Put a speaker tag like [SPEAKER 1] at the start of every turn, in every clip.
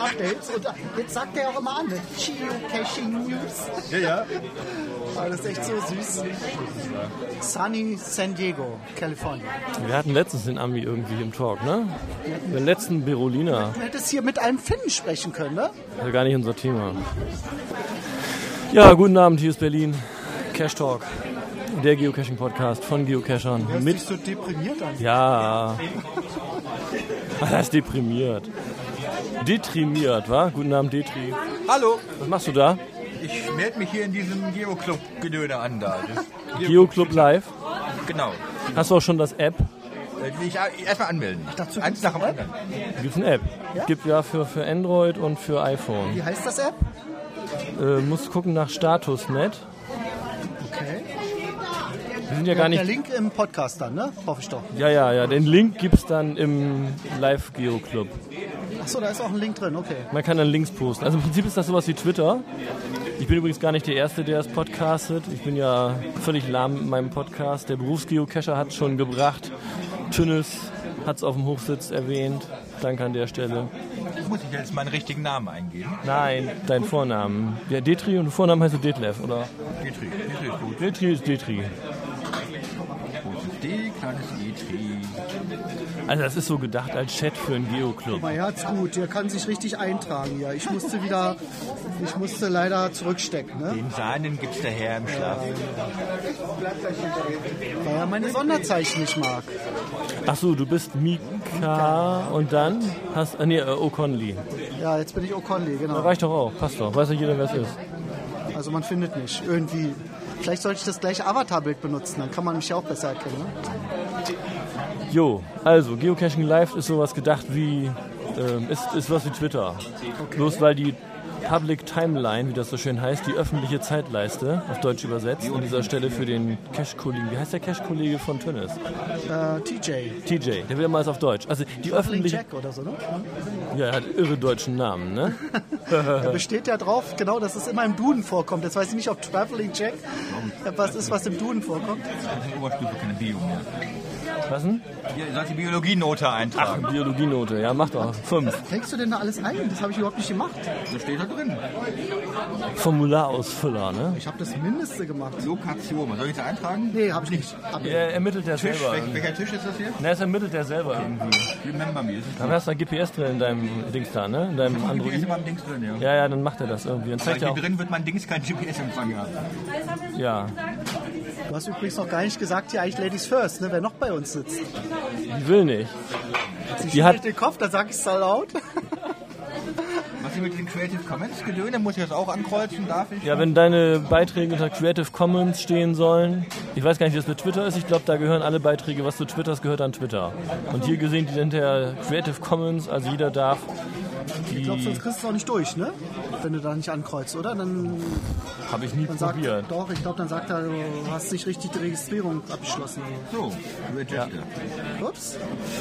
[SPEAKER 1] Updates. Und jetzt sagt er auch immer an, Geocaching News.
[SPEAKER 2] Ja, ja.
[SPEAKER 1] Aber das ist echt so süß. Sunny San Diego, Kalifornien.
[SPEAKER 3] Wir hatten letztens den Ami irgendwie im Talk, ne? Den letzten Berolina.
[SPEAKER 1] Du hättest hier mit einem Finnen sprechen können, ne?
[SPEAKER 3] Das ist gar nicht unser Thema. Ja, guten Abend, hier ist Berlin. Cash Talk. Der Geocaching-Podcast von Geocachern.
[SPEAKER 1] Mit so deprimiert an.
[SPEAKER 3] Ja. Was heißt deprimiert? Detrimiert, wa? Guten Abend, Detri.
[SPEAKER 4] Hallo,
[SPEAKER 3] Was machst du da?
[SPEAKER 4] ich melde mich hier in diesem Geoclub-Gedöne an da. Das,
[SPEAKER 3] Geoclub Live.
[SPEAKER 4] genau.
[SPEAKER 3] Hast du auch schon das App?
[SPEAKER 4] Äh, Ich erstmal anmelden.
[SPEAKER 1] dazu
[SPEAKER 4] Eins
[SPEAKER 1] gibt's
[SPEAKER 4] nach dem
[SPEAKER 1] eine
[SPEAKER 4] anderen.
[SPEAKER 3] Gibt eine App. Gibt ja für, für Android und für iPhone.
[SPEAKER 1] Wie heißt das App?
[SPEAKER 3] Äh, musst gucken nach Statusnet.
[SPEAKER 1] Okay.
[SPEAKER 3] Wir sind ja gar
[SPEAKER 1] Der
[SPEAKER 3] nicht.
[SPEAKER 1] Link im Podcast dann, ne? Hoffe ich doch.
[SPEAKER 3] Ja, ja, ja. Den Link gibt es dann im Live-Geo-Club.
[SPEAKER 1] Achso, da ist auch ein Link drin, okay.
[SPEAKER 3] Man kann dann Links posten. Also im Prinzip ist das sowas wie Twitter. Ich bin übrigens gar nicht der Erste, der es podcastet. Ich bin ja völlig lahm mit meinem Podcast. Der Berufsgeocacher hat schon gebracht. Tünnes hat es auf dem Hochsitz erwähnt. Danke an der Stelle.
[SPEAKER 4] Muss ich jetzt meinen richtigen Namen eingeben?
[SPEAKER 3] Nein, dein Vornamen. Ja, Detri und Vornamen heißt du Detlef, oder?
[SPEAKER 4] Detri. Detri ist gut.
[SPEAKER 3] Detri ist Detri.
[SPEAKER 4] Großes D, kleines Detri.
[SPEAKER 3] Also das ist so gedacht als Chat für einen Geoclub.
[SPEAKER 1] Mein Herz gut, der kann sich richtig eintragen hier. Ich musste wieder, ich musste leider zurückstecken, ne?
[SPEAKER 4] Den Sahnen gibt's daher im Schlaf.
[SPEAKER 1] Weil er meine Sonderzeichen nicht mag.
[SPEAKER 3] Ach so, du bist Mika und dann hast... Ah nee, äh, O'Conley.
[SPEAKER 1] Ja, jetzt bin ich O'Conley,
[SPEAKER 3] Da
[SPEAKER 1] genau.
[SPEAKER 3] war ich doch auch. Passt doch. Weiß ja jeder, wer es ist.
[SPEAKER 1] Also man findet mich irgendwie. Vielleicht sollte ich das gleiche Avatarbild benutzen, dann kann man mich ja auch besser erkennen. Ne?
[SPEAKER 3] Jo, also Geocaching Live ist sowas gedacht wie, ähm, ist, ist was wie Twitter. Bloß weil die Public Timeline, wie das so schön heißt, die öffentliche Zeitleiste, auf Deutsch übersetzt, an dieser Stelle für den Cache-Kollegen, wie heißt der Cache-Kollege von Tönnis?
[SPEAKER 1] Äh, TJ.
[SPEAKER 3] TJ, der will mal auf Deutsch. Also die
[SPEAKER 1] Link
[SPEAKER 3] öffentliche,
[SPEAKER 1] Jack oder so, ne?
[SPEAKER 3] ja, er hat irre deutschen Namen, ne?
[SPEAKER 1] Da besteht ja drauf, genau, dass es immer im Duden vorkommt. Jetzt weiß ich nicht, ob Traveling Jack etwas ist, was im Duden vorkommt.
[SPEAKER 4] Das ist in der Oberstufe keine Bio mehr.
[SPEAKER 3] Was denn?
[SPEAKER 4] Ihr sollt die Biologienote eintragen.
[SPEAKER 3] Biologienote, ja, mach doch. Fünf.
[SPEAKER 1] Denkst du denn da alles ein? Das habe ich überhaupt nicht gemacht.
[SPEAKER 4] Das steht da drin.
[SPEAKER 3] Formularausfüller, ne?
[SPEAKER 1] Ich habe das Mindeste gemacht.
[SPEAKER 4] Lokation. Was soll ich da eintragen?
[SPEAKER 1] Nee, habe ich nicht. Hab ich.
[SPEAKER 3] Er ermittelt der
[SPEAKER 4] Tisch.
[SPEAKER 3] selber.
[SPEAKER 4] Wel- Welcher Tisch ist das hier?
[SPEAKER 3] Na, es ermittelt der selber irgendwie.
[SPEAKER 4] Remember me. Das ist
[SPEAKER 3] Dann hast du ein GPS drin in deinem Dings da, ne? In deinem
[SPEAKER 4] Android.
[SPEAKER 3] Android.
[SPEAKER 4] ist immer im Dings drin, ja.
[SPEAKER 3] Ja, ja, dann macht er das irgendwie. Dann
[SPEAKER 4] Weil
[SPEAKER 3] zeigt er
[SPEAKER 4] hier
[SPEAKER 3] auch.
[SPEAKER 4] drin wird mein Dings kein GPS-Empfang haben.
[SPEAKER 3] Ja,
[SPEAKER 1] Du hast übrigens noch gar nicht gesagt, hier eigentlich Ladies First, ne? wer noch bei uns sitzt.
[SPEAKER 3] die will nicht.
[SPEAKER 1] Sie
[SPEAKER 3] Die hat-
[SPEAKER 1] schüttelt den Kopf, dann sag ich es so laut.
[SPEAKER 4] Was ich mit den Creative Commons gedöne, muss ich das auch ankreuzen, darf ich?
[SPEAKER 3] Ja, wenn deine Beiträge unter Creative Commons stehen sollen. Ich weiß gar nicht, wie das mit Twitter ist. Ich glaube, da gehören alle Beiträge, was du twitterst, gehört an Twitter. Und hier gesehen, die sind ja Creative Commons, also jeder darf
[SPEAKER 1] Ich glaube,
[SPEAKER 3] die
[SPEAKER 1] sonst kriegst du es auch nicht durch, ne? Wenn du da nicht ankreuzt, oder? Dann,
[SPEAKER 3] habe ich nie
[SPEAKER 1] dann sagt
[SPEAKER 3] probiert.
[SPEAKER 1] doch, ich glaube, dann sagt er, du hast nicht richtig die Registrierung abgeschlossen.
[SPEAKER 4] So, Register.
[SPEAKER 1] Ups.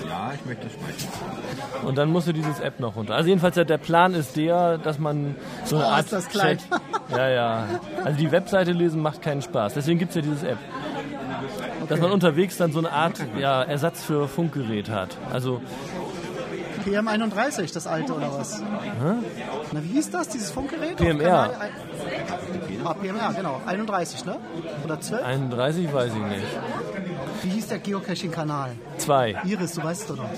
[SPEAKER 4] Ja. ich möchte es speichern.
[SPEAKER 3] Und dann musst du dieses App noch runter. Also jedenfalls der- der Plan ist der, dass man so eine
[SPEAKER 1] Oh,
[SPEAKER 3] Art
[SPEAKER 1] ist das klein.
[SPEAKER 3] Chat- Ja, ja. Also die Webseite lesen macht keinen Spaß. Deswegen gibt es ja dieses App. Dass man unterwegs dann so eine Art ja, Ersatz für Funkgerät hat. Also
[SPEAKER 1] PM31, das alte oder was? Na, wie hieß das, dieses Funkgerät?
[SPEAKER 3] PMR.
[SPEAKER 1] Auf Kanal ein- Ah, PMR, genau. 31, ne? Oder 12?
[SPEAKER 3] 31 weiß ich nicht.
[SPEAKER 1] Wie hieß der Geocaching-Kanal?
[SPEAKER 3] Zwei.
[SPEAKER 1] Iris, du weißt doch noch.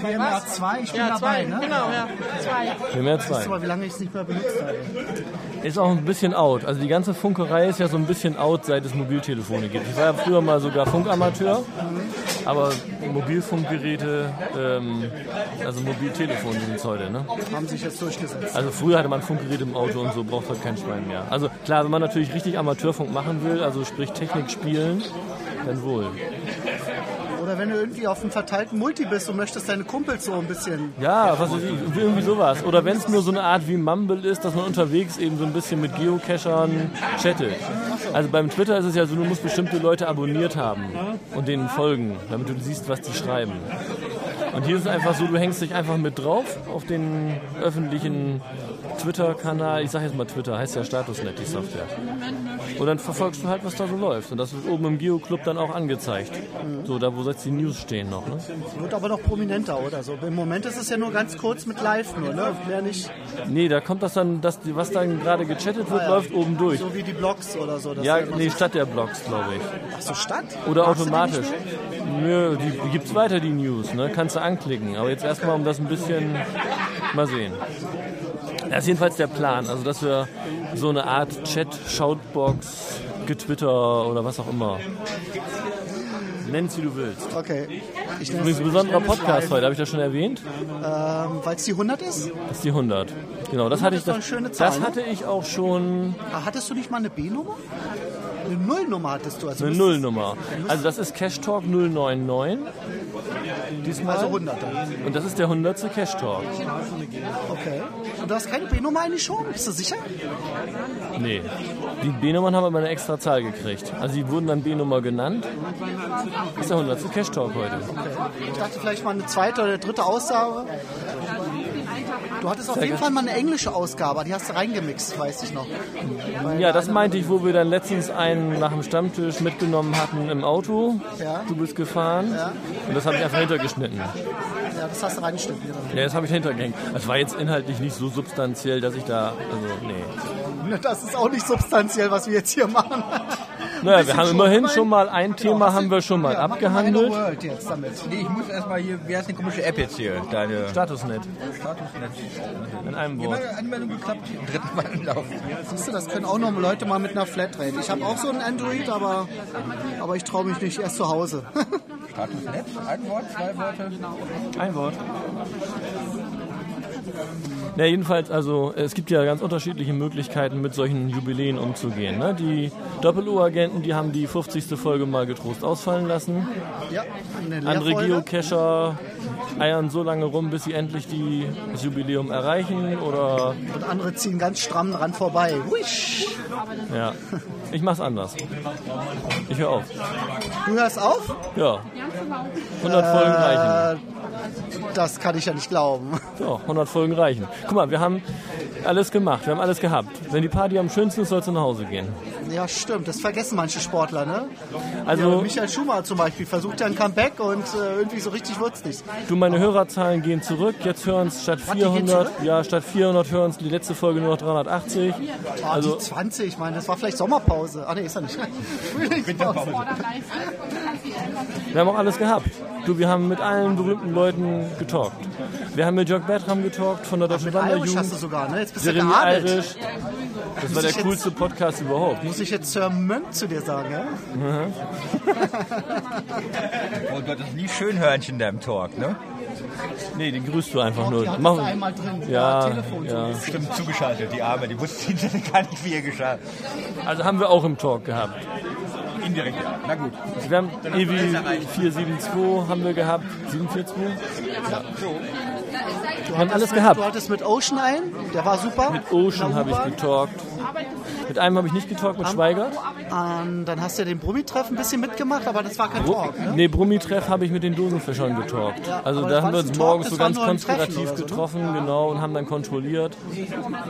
[SPEAKER 1] PMR 2, ich bin dabei, ne?
[SPEAKER 5] Genau, ja. Zwei.
[SPEAKER 3] Primär
[SPEAKER 1] Weißt du
[SPEAKER 3] zwei.
[SPEAKER 1] mal, wie lange ich es nicht mehr benutzt habe?
[SPEAKER 3] Ist auch ein bisschen out. Also die ganze Funkerei ist ja so ein bisschen out, seit es Mobiltelefone gibt. Ich war ja früher mal sogar Funkamateur, aber Mobilfunkgeräte, ähm, also Mobiltelefone sind es heute, ne?
[SPEAKER 1] Haben sich jetzt durchgesetzt.
[SPEAKER 3] Also früher hatte man Funkgeräte im Auto und so, braucht halt kein Schwein mehr. Also klar, wenn man natürlich richtig Amateurfunk machen will, also sprich Technik spielen, dann wohl.
[SPEAKER 1] Oder wenn du irgendwie auf einem verteilten Multi bist und möchtest deine Kumpels so ein bisschen.
[SPEAKER 3] Ja, was weiß ich, irgendwie sowas. Oder wenn es nur so eine Art wie Mumble ist, dass man unterwegs eben so ein bisschen mit Geocachern chattet. Also beim Twitter ist es ja so, du musst bestimmte Leute abonniert haben und denen folgen, damit du siehst, was die schreiben. Und hier ist es einfach so, du hängst dich einfach mit drauf auf den öffentlichen Twitter-Kanal. Ich sage jetzt mal Twitter, heißt ja Statusnet, die Software. Und dann verfolgst du halt, was da so läuft. Und das wird oben im Geo-Club dann auch angezeigt. So, da wo jetzt die News stehen noch. Ne?
[SPEAKER 1] Wird aber noch prominenter oder so. Im Moment ist es ja nur ganz kurz mit live nur, ne? Mehr nicht
[SPEAKER 3] Nee, da kommt das dann, das, was dann gerade gechattet wird,
[SPEAKER 1] Ah, ja.
[SPEAKER 3] läuft oben durch.
[SPEAKER 1] so wie die Blogs oder so. dass
[SPEAKER 3] Ja,
[SPEAKER 1] da immer
[SPEAKER 3] nee,
[SPEAKER 1] so-
[SPEAKER 3] statt der Blogs, glaube ich.
[SPEAKER 1] Ach so, Stadt?
[SPEAKER 3] Oder
[SPEAKER 1] Machst du die
[SPEAKER 3] automatisch.
[SPEAKER 1] nicht mehr?
[SPEAKER 3] Nö, die, die gibt's weiter, die News, ne? Kannst du anklicken. Aber jetzt erstmal um das ein bisschen mal sehen. Das ist jedenfalls der Plan, also dass wir so eine Art Chat, Shoutbox, Getwitter oder was auch immer. Nenn's wie du willst.
[SPEAKER 1] Okay. Ich nenne
[SPEAKER 3] Übrigens
[SPEAKER 1] es-
[SPEAKER 3] ein besonderer
[SPEAKER 1] ich nenne es
[SPEAKER 3] Podcast
[SPEAKER 1] live.
[SPEAKER 3] heute, habe ich das schon erwähnt?
[SPEAKER 1] Ähm, Weil es die 100 ist?
[SPEAKER 3] Das ist die 100. Genau, das hatte ich
[SPEAKER 1] ist doch eine
[SPEAKER 3] das,
[SPEAKER 1] schöne Zahl,
[SPEAKER 3] das
[SPEAKER 1] ne?
[SPEAKER 3] hatte ich auch schon
[SPEAKER 1] Ah, hattest du nicht mal eine B-Nummer? Eine Nullnummer hattest du. Also
[SPEAKER 3] eine
[SPEAKER 1] müsstest-
[SPEAKER 3] Nullnummer. Also das ist Cash Talk 099 diesmal
[SPEAKER 1] Also 100 dann.
[SPEAKER 3] und das ist der 100. Cash Talk.
[SPEAKER 1] Okay. Und du hast keine B-Nummer eigentlich schon? Bist du sicher?
[SPEAKER 3] Nee. Die B-Nummern haben aber eine extra Zahl gekriegt. Also die wurden dann B-Nummer genannt. Das ist der 100. Cash Talk heute.
[SPEAKER 1] Ich dachte vielleicht mal eine zweite oder dritte Ausgabe. Du hattest auf jeden Fall mal eine englische Ausgabe, die hast du reingemixt, weiß ich noch.
[SPEAKER 3] Ja, das meinte ich, wo wir dann letztens einen nach dem Stammtisch mitgenommen hatten im Auto.
[SPEAKER 1] Ja.
[SPEAKER 3] Du bist gefahren. Und das habe ich einfach hintergeschnitten.
[SPEAKER 1] Ja, das hast du reingeschnitten. genau.
[SPEAKER 3] Ja, das habe ich hintergehängt. Das war jetzt inhaltlich nicht so substanziell, dass ich da. Also, nee.
[SPEAKER 1] Das ist auch nicht substanziell, was wir jetzt hier machen.
[SPEAKER 3] Naja, wir
[SPEAKER 1] Bisschen
[SPEAKER 3] haben immerhin
[SPEAKER 1] Schuldgemein.
[SPEAKER 3] schon mal ein
[SPEAKER 1] Genau,
[SPEAKER 3] Thema
[SPEAKER 1] hast du-
[SPEAKER 3] haben wir schon mal
[SPEAKER 1] ja, mach doch mal Hello
[SPEAKER 3] abgehandelt.
[SPEAKER 1] World jetzt damit.
[SPEAKER 4] Nee, ich muss erstmal hier, wie heißt die komische App jetzt hier? Deine
[SPEAKER 3] Statusnet. In einem Wort.
[SPEAKER 4] Meine Anmeldung geklappt, dritten Mal im Lauf.
[SPEAKER 1] Siehst du, das können auch noch Leute mal mit einer Flatrate. Ich habe auch so einen Android, aber, aber ich traue mich nicht erst zu Hause.
[SPEAKER 4] Statusnet, ein Wort, zwei Worte.
[SPEAKER 3] Ein Wort. Na, jedenfalls, also es gibt ja ganz unterschiedliche Möglichkeiten, mit solchen Jubiläen umzugehen. Ne? Die Doppel-U-Agenten, die haben die 50. Folge mal getrost ausfallen lassen.
[SPEAKER 1] ja, eine
[SPEAKER 3] Andere
[SPEAKER 1] Leerfolge.
[SPEAKER 3] Geocacher eiern so lange rum, bis sie endlich die, das Jubiläum erreichen. Oder
[SPEAKER 1] Und andere ziehen ganz stramm dran vorbei. Huisch.
[SPEAKER 3] ja, ich mach's anders. Ich höre auf.
[SPEAKER 1] Du hörst auf?
[SPEAKER 3] Ja, 100 Folgen reichen.
[SPEAKER 1] Das kann ich ja nicht glauben.
[SPEAKER 3] So, 100 Folgen reichen. Guck mal, wir haben alles gemacht, wir haben alles gehabt. Wenn die Party am schönsten ist, sollst du nach Hause gehen.
[SPEAKER 1] Ja, stimmt. Das vergessen manche Sportler, ne? Ja,
[SPEAKER 3] Also,
[SPEAKER 1] Michael Schumacher zum Beispiel versucht ja ein Comeback und äh, irgendwie so richtig wird's nicht.
[SPEAKER 3] du, meine Hörerzahlen gehen zurück. Jetzt hören es statt
[SPEAKER 1] die gehen
[SPEAKER 3] 400,
[SPEAKER 1] zurück?
[SPEAKER 3] ja, statt 400 hören es die letzte Folge nur noch 380.
[SPEAKER 1] Ah,
[SPEAKER 3] Also,
[SPEAKER 1] die 20, ich meine, das war vielleicht Sommerpause. Ah, nee, ist ja nicht. Frühlingspause.
[SPEAKER 3] wir haben auch alles gehabt. Du, wir haben mit allen berühmten Leuten getalkt. Wir haben mit Jörg Bertram getalkt von der Deutschen
[SPEAKER 1] Mit Irish hast du
[SPEAKER 3] Wanderjugend.
[SPEAKER 1] sogar, ne? Jetzt bist du
[SPEAKER 3] Jeremy
[SPEAKER 1] geadelt.
[SPEAKER 3] Irish. Das war der
[SPEAKER 1] ich jetzt-
[SPEAKER 3] coolste Podcast überhaupt.
[SPEAKER 1] Muss ich jetzt Sir Mönk zu dir sagen, ja?
[SPEAKER 4] Oh, du hattest nie Schönhörnchen in deinem Talk, ne?
[SPEAKER 3] Nee, den grüßt du einfach nur.
[SPEAKER 1] die hattest
[SPEAKER 3] Mach-
[SPEAKER 1] du einmal drin.
[SPEAKER 3] Ja,
[SPEAKER 1] Telefon.
[SPEAKER 3] ja.
[SPEAKER 4] Stimmt, zugeschaltet, die Arme, die wussten gar nicht, wie ihr geschah.
[SPEAKER 3] Also haben wir auch im Talk gehabt.
[SPEAKER 4] Indirekt, ja. Na gut.
[SPEAKER 3] Wir haben EWI 472 haben wir gehabt, 742. Wir haben alles gehabt.
[SPEAKER 1] Du hattest mit Ocean ein, der war super.
[SPEAKER 3] Mit Ocean
[SPEAKER 1] In der
[SPEAKER 3] habe ich
[SPEAKER 1] U-Bahn.
[SPEAKER 3] getalkt. Mit einem habe ich nicht getalkt, mit Schweiger.
[SPEAKER 1] Ähm, dann hast du ja den Brummi-Treff ein bisschen mitgemacht, aber das war kein Talk, ne?
[SPEAKER 3] Nee, Brummitreff habe ich mit den Dosenfischern getalkt. Also
[SPEAKER 1] aber
[SPEAKER 3] da
[SPEAKER 1] das
[SPEAKER 3] haben wir
[SPEAKER 1] war
[SPEAKER 3] uns
[SPEAKER 1] nicht ein Talk,
[SPEAKER 3] morgens
[SPEAKER 1] das
[SPEAKER 3] so
[SPEAKER 1] war
[SPEAKER 3] ganz
[SPEAKER 1] nur ein Treffen
[SPEAKER 3] konspirativ
[SPEAKER 1] oder so, ne?
[SPEAKER 3] getroffen, genau, und haben dann kontrolliert.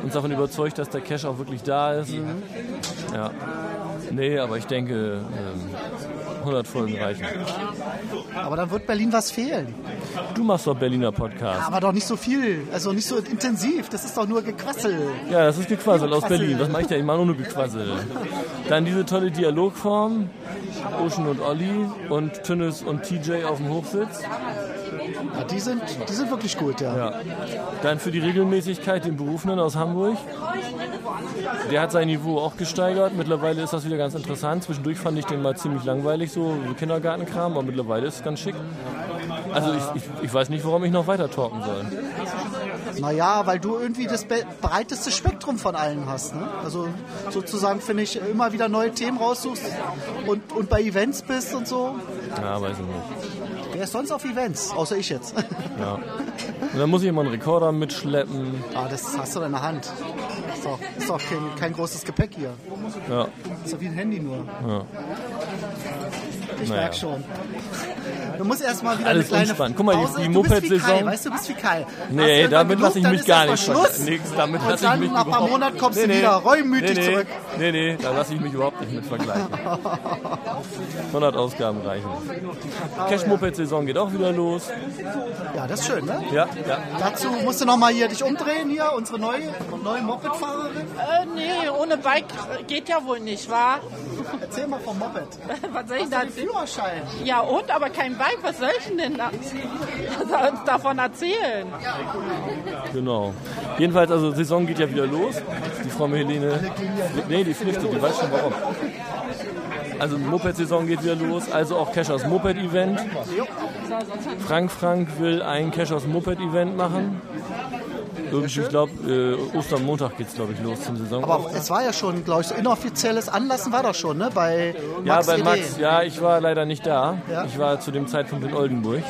[SPEAKER 3] Uns davon überzeugt, dass der Cash auch wirklich da ist. Ja. Nee, aber ich denke, ähm, 100 Folgen reichen.
[SPEAKER 1] Aber dann wird Berlin was fehlen.
[SPEAKER 3] Du machst doch Berliner Podcast.
[SPEAKER 1] Aber doch nicht so viel, also nicht so intensiv. Das ist doch nur Gequassel.
[SPEAKER 3] Ja, das ist Gequassel aus
[SPEAKER 1] Gequassel.
[SPEAKER 3] Berlin. Was mache ich da? Ich mache nur Gequassel. Dann diese tolle Dialogform. Ocean und Olli und Tünnes und TJ auf dem Hochsitz.
[SPEAKER 1] Ja, die, sind, die sind wirklich gut, ja.
[SPEAKER 3] Ja. Dann für die Regelmäßigkeit den Berufenen aus Hamburg. Der hat sein Niveau auch gesteigert. Mittlerweile ist das wieder ganz interessant. Zwischendurch fand ich den mal ziemlich langweilig, so Kindergartenkram, aber mittlerweile ist es ganz schick. Also ich, ich, ich weiß nicht, warum ich noch weiter talken soll.
[SPEAKER 1] Naja, weil du irgendwie das be- breiteste Spektrum von allen hast. Ne? Also sozusagen, finde ich, immer wieder neue Themen raussuchst und, und bei Events bist und so.
[SPEAKER 3] Ja, weiß ich nicht.
[SPEAKER 1] Wer ist sonst auf Events? Außer ich jetzt.
[SPEAKER 3] Ja. Und dann muss ich immer einen Rekorder mitschleppen.
[SPEAKER 1] ah, das hast du in der Hand. Ist doch, ist doch kein, kein großes Gepäck hier.
[SPEAKER 3] Ja.
[SPEAKER 1] Ist doch wie ein Handy nur.
[SPEAKER 3] Ja.
[SPEAKER 1] Ich
[SPEAKER 3] Naja.
[SPEAKER 1] merk schon. Du musst erstmal wieder
[SPEAKER 3] Alles
[SPEAKER 1] eine kleine
[SPEAKER 3] unspannend. Guck mal, die-
[SPEAKER 1] Pause.
[SPEAKER 3] die
[SPEAKER 1] du bist wie
[SPEAKER 3] Moped-Saison.
[SPEAKER 1] Kai, weißt du, du bist wie Kai.
[SPEAKER 3] Nee,
[SPEAKER 1] Hast irgendwann
[SPEAKER 3] damit lasse ich
[SPEAKER 1] dann
[SPEAKER 3] mich
[SPEAKER 1] ist
[SPEAKER 3] gar
[SPEAKER 1] erstmal
[SPEAKER 3] nicht
[SPEAKER 1] Schluss.
[SPEAKER 3] von- nix, damit
[SPEAKER 1] Und
[SPEAKER 3] lasse ich
[SPEAKER 1] dann
[SPEAKER 3] mich
[SPEAKER 1] nach ein paar
[SPEAKER 3] überhaupt-
[SPEAKER 1] Monaten kommst du wieder reumütig
[SPEAKER 3] nee,
[SPEAKER 1] zurück.
[SPEAKER 3] Nee, nee, da lasse ich mich überhaupt nicht mit vergleichen. 100 Ausgaben reichen. Cash-Moped-Saison geht auch wieder los.
[SPEAKER 1] Ja, das ist schön, ne?
[SPEAKER 3] Ja, ja.
[SPEAKER 1] Dazu musst du nochmal hier dich umdrehen, hier, unsere neue, neue Moped-Fahrerin.
[SPEAKER 2] Äh, nee, ohne Bike geht ja wohl nicht, wa?
[SPEAKER 1] Erzähl mal vom Moped.
[SPEAKER 2] Was soll ich da?
[SPEAKER 1] Den Führerschein.
[SPEAKER 2] Ja und, aber kein Bike, was soll ich denn da, da uns davon erzählen?
[SPEAKER 3] Genau. Jedenfalls, also Saison geht ja wieder los. Die fromme Helene. Nee, die flüchtet, die weiß schon warum. Also Moped-Saison geht wieder los, also auch Cashers Moped-Event. Frank Frank will ein Cashers Moped-Event machen. Irgendwie, ich glaube, äh, Ostermontag geht es, glaube ich, los zum Saison.
[SPEAKER 1] Aber es war ja schon, glaube ich, so inoffizielles Anlassen war das schon, ne? Bei
[SPEAKER 3] ja,
[SPEAKER 1] Max
[SPEAKER 3] bei
[SPEAKER 1] Rede.
[SPEAKER 3] Max, ja, ich war leider nicht da.
[SPEAKER 1] Ja.
[SPEAKER 3] Ich war zu dem Zeitpunkt in Oldenburg.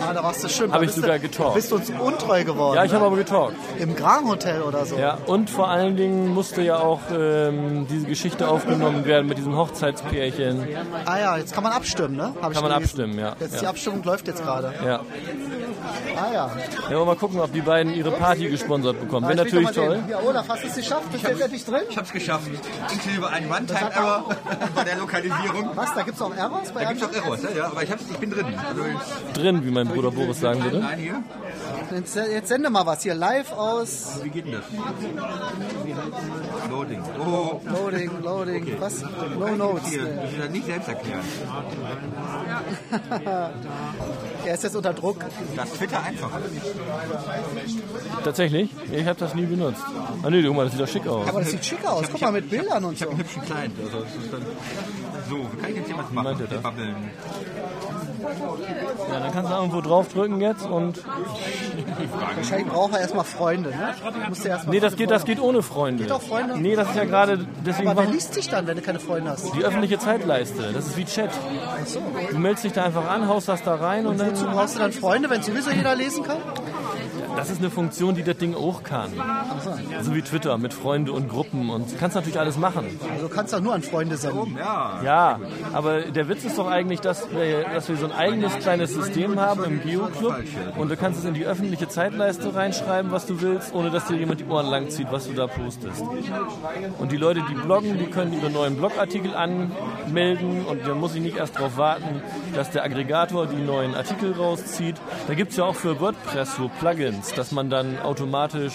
[SPEAKER 1] Ah, da warst du schön.
[SPEAKER 3] Hab
[SPEAKER 1] Da
[SPEAKER 3] ich
[SPEAKER 1] bist du-
[SPEAKER 3] sogar getalkt.
[SPEAKER 1] Bist uns untreu geworden. ne?
[SPEAKER 3] Ja, ich habe aber getalkt.
[SPEAKER 1] Im Grand Hotel oder so.
[SPEAKER 3] Ja, und vor allen Dingen musste ja auch ähm, diese Geschichte aufgenommen werden mit diesem Hochzeitspärchen.
[SPEAKER 1] Ah ja, jetzt kann man abstimmen, ne? Hab ich
[SPEAKER 3] Kann man
[SPEAKER 1] gelesen.
[SPEAKER 3] abstimmen, ja.
[SPEAKER 1] Jetzt
[SPEAKER 3] Ja.
[SPEAKER 1] die Abstimmung läuft jetzt gerade.
[SPEAKER 3] Ja.
[SPEAKER 1] Ah ja.
[SPEAKER 3] Ja, mal gucken, ob die beiden ihre Party gesponsert bekommen. Wäre
[SPEAKER 1] Ich will
[SPEAKER 3] natürlich
[SPEAKER 1] doch mal
[SPEAKER 3] toll.
[SPEAKER 1] sehen. Ja, Olaf, hast du es geschafft? Bist du jetzt endlich drin?
[SPEAKER 4] Ich hab's geschafft. Inklusive einen One-Time-Error bei der Lokalisierung.
[SPEAKER 1] Was, da gibt's auch Errors bei
[SPEAKER 4] Da gibt's auch
[SPEAKER 1] Errors.
[SPEAKER 4] Errors, ja, ja, aber ich, hab's, ich bin drin. Also,
[SPEAKER 3] Drin, wie mein Bruder Boris sagen würde.
[SPEAKER 4] Nein, hier.
[SPEAKER 1] Jetzt, jetzt sende mal was hier live aus.
[SPEAKER 4] Wie geht denn das? Loading. Oh,
[SPEAKER 1] Loading, loading. Was? Low Notes.
[SPEAKER 4] hier.
[SPEAKER 1] Nee.
[SPEAKER 4] Das ist ja nicht selbst erklären.
[SPEAKER 1] Er ist jetzt unter Druck.
[SPEAKER 4] Das Twitter einfach.
[SPEAKER 3] Tatsächlich? Ich habe das nie benutzt. Ah nee, guck mal, das sieht doch schick aus.
[SPEAKER 1] Aber das sieht schick aus. Guck mal, mit Bildern und
[SPEAKER 4] Ich habe
[SPEAKER 1] so.
[SPEAKER 4] einen hübschen Client. Also, das ist dann so, kann ich jetzt hier was machen?
[SPEAKER 3] Meint ihr das?
[SPEAKER 4] Wir babbeln.
[SPEAKER 3] Ja, dann kannst du irgendwo draufdrücken jetzt und...
[SPEAKER 1] Wahrscheinlich braucht er erstmal Freunde, ne? Musst du erstmal
[SPEAKER 3] Nee, das geht, das geht ohne Freunde. Geht
[SPEAKER 1] auch Freunde?
[SPEAKER 3] Nee, das ist ja gerade... Deswegen
[SPEAKER 1] Aber wer
[SPEAKER 3] machen-
[SPEAKER 1] liest dich dann, wenn du keine Freunde hast?
[SPEAKER 3] die öffentliche Zeitleiste. Das ist wie Chat. Du meldest dich da einfach an, haust das da rein und
[SPEAKER 1] Wozu
[SPEAKER 3] dann...
[SPEAKER 1] brauchst du dann Freunde, wenn sowieso jeder lesen kann?
[SPEAKER 3] Das ist eine Funktion, die das Ding auch kann. So wie Twitter mit Freunde und Gruppen und du kannst natürlich alles machen.
[SPEAKER 1] Also du kannst doch nur an Freunde senden.
[SPEAKER 4] Ja,
[SPEAKER 3] Ja, aber der Witz ist doch eigentlich, dass wir, dass wir so ein eigenes kleines System haben im Geo-Club und du kannst es in die öffentliche Zeitleiste reinschreiben, was du willst, ohne dass dir jemand die Ohren langzieht, was du da postest. Und die Leute, die bloggen, die können ihre neuen Blogartikel anmelden und dann muss ich nicht erst darauf warten, dass der Aggregator die neuen Artikel rauszieht. Da gibt es ja auch für WordPress so Plugins, dass man dann automatisch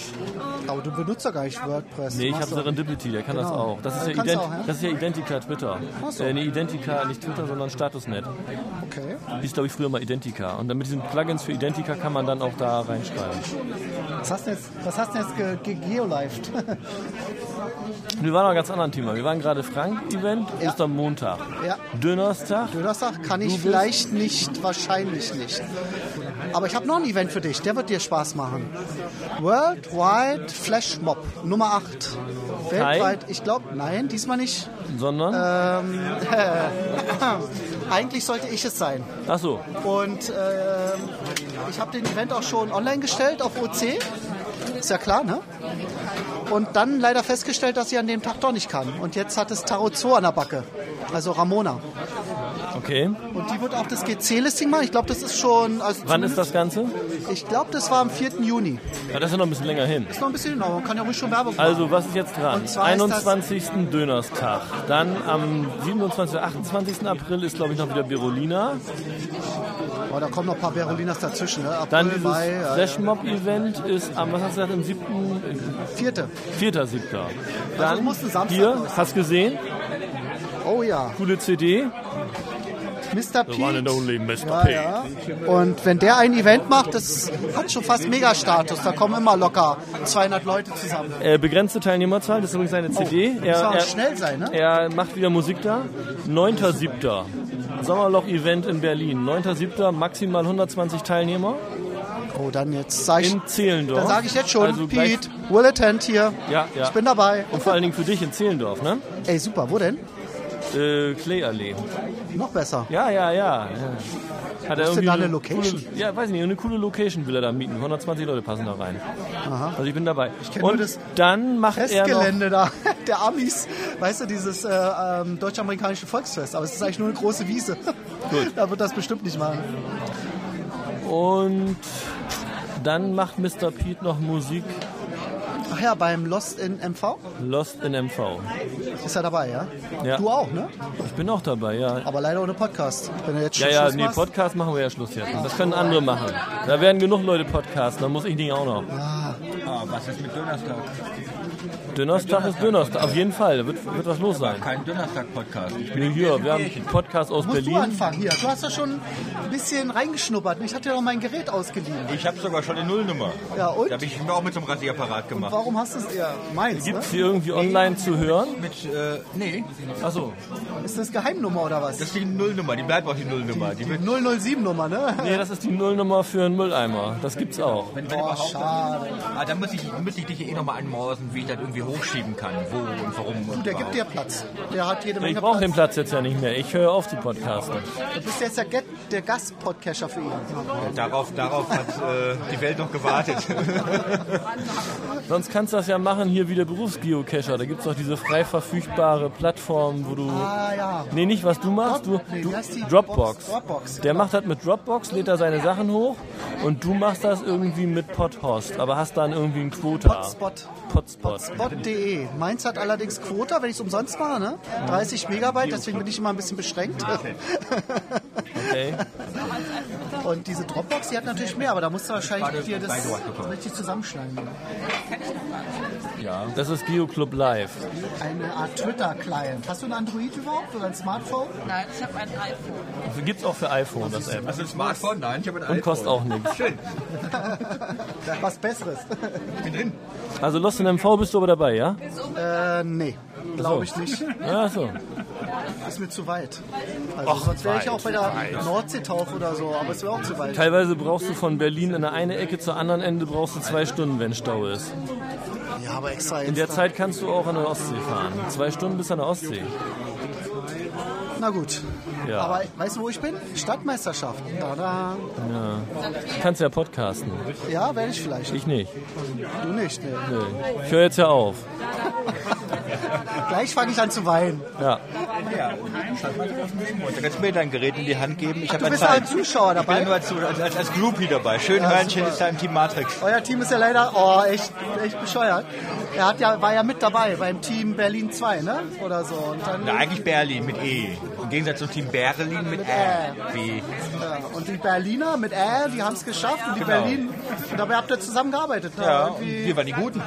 [SPEAKER 1] Aber du benutzt doch gar nicht WordPress.
[SPEAKER 3] Nee, ich
[SPEAKER 1] Machst
[SPEAKER 3] habe
[SPEAKER 1] du doch
[SPEAKER 3] Serendipity, der kann das
[SPEAKER 1] Genau.
[SPEAKER 3] auch. Das ist, ja
[SPEAKER 1] Kannst du
[SPEAKER 3] Ident
[SPEAKER 1] auch, ja?
[SPEAKER 3] das ist ja Identica Twitter.
[SPEAKER 1] so.
[SPEAKER 3] Äh, nee, Identica, nicht Twitter, sondern Statusnet.
[SPEAKER 1] nicht. Okay.
[SPEAKER 3] Die ist, glaube ich, früher mal Identica. Und dann mit diesen Plugins für Identica kann man dann auch da reinschreiben.
[SPEAKER 1] Was hast du jetzt, was hast du jetzt ge ge geolived?
[SPEAKER 3] Wir waren noch ganz anderen Thema. Wir waren gerade Frank-Event,
[SPEAKER 1] Ja.
[SPEAKER 3] Ostermontag.
[SPEAKER 1] Ja.
[SPEAKER 3] Dönerstag.
[SPEAKER 1] Donnerstag kann ich
[SPEAKER 3] bist-
[SPEAKER 1] vielleicht nicht, wahrscheinlich nicht. Aber ich habe noch ein Event für dich, der wird dir Spaß machen. Worldwide Flash Mob Nummer 8. Weltweit, ich glaube, nein, diesmal nicht.
[SPEAKER 3] Sondern.
[SPEAKER 1] Ähm, eigentlich sollte ich es sein.
[SPEAKER 3] Ach so.
[SPEAKER 1] Und ähm, ich habe den Event auch schon online gestellt auf OC. Ist ja klar, ne? Und dann leider festgestellt, dass sie an dem Tag doch nicht kann. Und jetzt hat es Tarot Zoo an der Backe. Also Ramona.
[SPEAKER 3] Okay.
[SPEAKER 1] Und die wird auch das GC-Listing machen. Ich glaube, das ist schon. Also
[SPEAKER 3] Wann ist das Ganze?
[SPEAKER 1] Ich glaube, das war am 4. Juni.
[SPEAKER 3] Ja, das ist ja noch ein bisschen länger hin.
[SPEAKER 1] Ist noch ein bisschen genau. Man kann ja ruhig schon Werbung machen.
[SPEAKER 3] Also, was ist jetzt dran?
[SPEAKER 1] Und zwar ist das-
[SPEAKER 3] 21. Dönerstag. Dann am 27. 28. April ist, glaube ich, noch wieder Berolina.
[SPEAKER 1] Oh, da kommen noch ein paar Berolinas dazwischen. Ne? April,
[SPEAKER 3] Dann dieses
[SPEAKER 1] Mai, ja, ja.
[SPEAKER 3] Flashmob-Event ist am, was hast du gesagt, am 7.,
[SPEAKER 1] Vierte.
[SPEAKER 3] 4.7.
[SPEAKER 1] Also du musst einen Samstag
[SPEAKER 3] hier,
[SPEAKER 1] raus.
[SPEAKER 3] hast gesehen,
[SPEAKER 1] Oh ja.
[SPEAKER 3] coole CD.
[SPEAKER 1] Mr. Pete. Ja,
[SPEAKER 3] Mr.
[SPEAKER 1] ja. Und wenn der ein Event macht, das hat schon fast Megastatus. Da kommen immer locker 200 Leute zusammen. Oh,
[SPEAKER 3] Äh, begrenzte Teilnehmerzahl, das ist übrigens seine CD.
[SPEAKER 1] muss man schnell sein, ne?
[SPEAKER 3] Er macht wieder Musik da. 9.7. Sommerloch-Event in Berlin. 9.7. maximal 120 Teilnehmer
[SPEAKER 1] Oh, dann jetzt sag ich,
[SPEAKER 3] in Zehlendorf.
[SPEAKER 1] dann sag ich jetzt schon,
[SPEAKER 3] Also gleich-
[SPEAKER 1] Pete, will attend hier.
[SPEAKER 3] Ja, ja.
[SPEAKER 1] Ich bin dabei.
[SPEAKER 3] Und vor allen Dingen für dich in Zehlendorf, ne?
[SPEAKER 1] Ey, super, wo denn?
[SPEAKER 3] Äh, Clayallee.
[SPEAKER 1] Noch besser.
[SPEAKER 3] Ja, ja, ja. Hat er
[SPEAKER 1] sind
[SPEAKER 3] irgendwie
[SPEAKER 1] alle
[SPEAKER 3] eine
[SPEAKER 1] Location?
[SPEAKER 3] Coole, ja, weiß nicht, eine coole Location will er da mieten. 120 Leute passen da rein. Also ich bin dabei.
[SPEAKER 1] kenn nur
[SPEAKER 3] Und
[SPEAKER 1] das
[SPEAKER 3] dann macht er noch
[SPEAKER 1] Festgelände da, der Amis, weißt du, dieses äh, ähm, deutsch-amerikanische Volksfest, aber es ist eigentlich nur eine große Wiese. Da wird das bestimmt nicht machen.
[SPEAKER 3] und dann macht Mr. Pete noch Musik
[SPEAKER 1] Ach ja, beim Lost in MV
[SPEAKER 3] Lost in MV.
[SPEAKER 1] ist er dabei, ja?
[SPEAKER 3] Ja.
[SPEAKER 1] Du auch, ne?
[SPEAKER 3] Ich bin auch dabei, ja.
[SPEAKER 1] Aber leider ohne Podcast. Wenn du jetzt
[SPEAKER 3] Ja,
[SPEAKER 1] Schluss
[SPEAKER 3] ja,
[SPEAKER 1] machst-
[SPEAKER 3] nee, Podcast machen wir ja Schluss jetzt. Das können andere machen. Da werden genug Leute podcasten, dann muss ich nicht auch noch.
[SPEAKER 4] Ah, was ist mit Donnerstag?
[SPEAKER 3] Dönerstag ist Dönerstag, auf jeden Fall, da wird, wird was los sein.
[SPEAKER 4] Äh, Kein Donnerstag-Podcast. Ich bin
[SPEAKER 3] Nee, Hier, wir haben einen Podcast aus
[SPEAKER 1] Musst du
[SPEAKER 3] Berlin.
[SPEAKER 1] anfangen hier. Du hast ja schon ein bisschen reingeschnuppert. ne? Ich hatte ja noch mein Gerät ausgeliehen.
[SPEAKER 4] ich habe sogar schon eine Nullnummer.
[SPEAKER 1] Ja, und?
[SPEAKER 4] Da habe ich mir auch mit so einem Rasierapparat gemacht.
[SPEAKER 1] Warum hast du es eher meins? Ne?
[SPEAKER 3] Gibt's die irgendwie online zu hören?
[SPEAKER 4] Mit, äh, nee,
[SPEAKER 3] Achso,
[SPEAKER 1] ne? Ist das Geheimnummer oder was?
[SPEAKER 4] das ist die Nullnummer, die bleibt auch die Nullnummer. Die
[SPEAKER 1] Die
[SPEAKER 4] wird,
[SPEAKER 1] 007-Nummer, ne?
[SPEAKER 3] nee, das ist die Nullnummer für einen Mülleimer. Das gibt's auch.
[SPEAKER 4] wenn, wenn
[SPEAKER 1] Boah,
[SPEAKER 4] überhaupt,
[SPEAKER 1] schade.
[SPEAKER 4] ah, dann muss ich, muss ich dich eh nochmal anmausen, wie ich das irgendwie hochschieben kann, wo und warum. Und
[SPEAKER 1] Der gibt dir Platz. Der hat jede
[SPEAKER 3] Ich
[SPEAKER 1] Menge
[SPEAKER 3] brauche
[SPEAKER 1] Platz.
[SPEAKER 3] den Platz jetzt ja nicht mehr. Ich höre auf zu podcasten.
[SPEAKER 1] Du bist jetzt der, Get- der Gast-Podcasher für ihn.
[SPEAKER 4] Darauf, darauf hat äh, die Welt noch gewartet.
[SPEAKER 3] Sonst kannst du das ja machen hier wie der Berufsgeocacher. Da gibt's doch diese frei verfügbare Plattform, wo du.
[SPEAKER 1] Ah ja.
[SPEAKER 3] Nee, nicht was du machst, du,
[SPEAKER 1] Nee,
[SPEAKER 3] du
[SPEAKER 1] wie heißt die?
[SPEAKER 3] Dropbox.
[SPEAKER 1] Dropbox.
[SPEAKER 3] Der macht das mit Dropbox, lädt da seine Sachen hoch und du machst das irgendwie mit Podhost, aber hast dann irgendwie ein Quota.
[SPEAKER 1] Hotspot.
[SPEAKER 3] Potspot.
[SPEAKER 1] Spot.de. Meins hat allerdings Quota, wenn ich es umsonst mache, ne? 30 Megabyte, deswegen bin ich immer ein bisschen beschränkt.
[SPEAKER 3] Okay.
[SPEAKER 1] Und diese Dropbox, die hat natürlich mehr, aber da musst du wahrscheinlich
[SPEAKER 4] Warte,
[SPEAKER 1] dir das
[SPEAKER 4] nein, du hast bekommen.
[SPEAKER 1] richtig zusammenschneiden.
[SPEAKER 3] Das ist Geoclub Live.
[SPEAKER 1] Eine Art Twitter-Client. Hast du einen Android überhaupt oder ein Smartphone?
[SPEAKER 5] Nein, ich habe ein iPhone.
[SPEAKER 3] Gibt's auch für iPhone das App.
[SPEAKER 4] Also ein Smartphone? Nein, ich habe ein
[SPEAKER 3] Und kostet auch nichts.
[SPEAKER 4] Schön,
[SPEAKER 1] Was Besseres?
[SPEAKER 4] ich bin drin.
[SPEAKER 3] Also Lost in MV bist du aber dabei, ja?
[SPEAKER 1] äh, nee. Glaube ich nicht.
[SPEAKER 3] Ja, so.
[SPEAKER 1] Ist mir zu weit. Also sonst wäre ich auch bei der Nordseetaufe oder so, aber es wäre auch zu weit.
[SPEAKER 3] Teilweise brauchst du von Berlin in der eine Ecke zur anderen Ende brauchst du zwei Stunden, wenn Stau ist.
[SPEAKER 1] Ja, aber extra jetzt.
[SPEAKER 3] In der Zeit kannst du auch an der Ostsee fahren. Zwei Stunden bis an der Ostsee.
[SPEAKER 1] Na gut.
[SPEAKER 3] Ja.
[SPEAKER 1] Aber weißt du, wo ich bin? Stadtmeisterschaft. Da, da.
[SPEAKER 3] Du kannst ja podcasten.
[SPEAKER 1] Ja, werde ich vielleicht.
[SPEAKER 3] Ich nicht.
[SPEAKER 1] Du nicht. Ne.
[SPEAKER 3] Nö. Ich höre jetzt ja auf.
[SPEAKER 1] Gleich fange ich an zu weinen.
[SPEAKER 3] Ja.
[SPEAKER 4] Ja, und dann kannst du mir dein Gerät in die Hand geben. Ich habe
[SPEAKER 1] Du
[SPEAKER 4] ein
[SPEAKER 1] bist ja
[SPEAKER 4] Zeit.
[SPEAKER 1] ein Zuschauer
[SPEAKER 4] Ich bin
[SPEAKER 1] dabei.
[SPEAKER 4] nur als, als, als Groupie dabei. Schön
[SPEAKER 1] Ja,
[SPEAKER 4] Hörnchen
[SPEAKER 1] super.
[SPEAKER 4] ist da im Team Matrix.
[SPEAKER 1] Euer Team ist ja leider oh, echt, echt bescheuert. Er hat ja, war ja mit dabei beim Team Berlin 2, ne? Oder so. Und, dann,
[SPEAKER 4] Na, eigentlich Berlin mit E. Im Gegensatz zum Team Berlin mit
[SPEAKER 1] Ä.
[SPEAKER 4] Ä. Wie?
[SPEAKER 1] ja. äh, und die Berliner mit äh, die haben es geschafft. Und die
[SPEAKER 4] Genau.
[SPEAKER 1] Berlin, und dabei habt ihr zusammengearbeitet. Ne?
[SPEAKER 4] Ja, und
[SPEAKER 1] Irgendwie-
[SPEAKER 4] wir waren die Guten.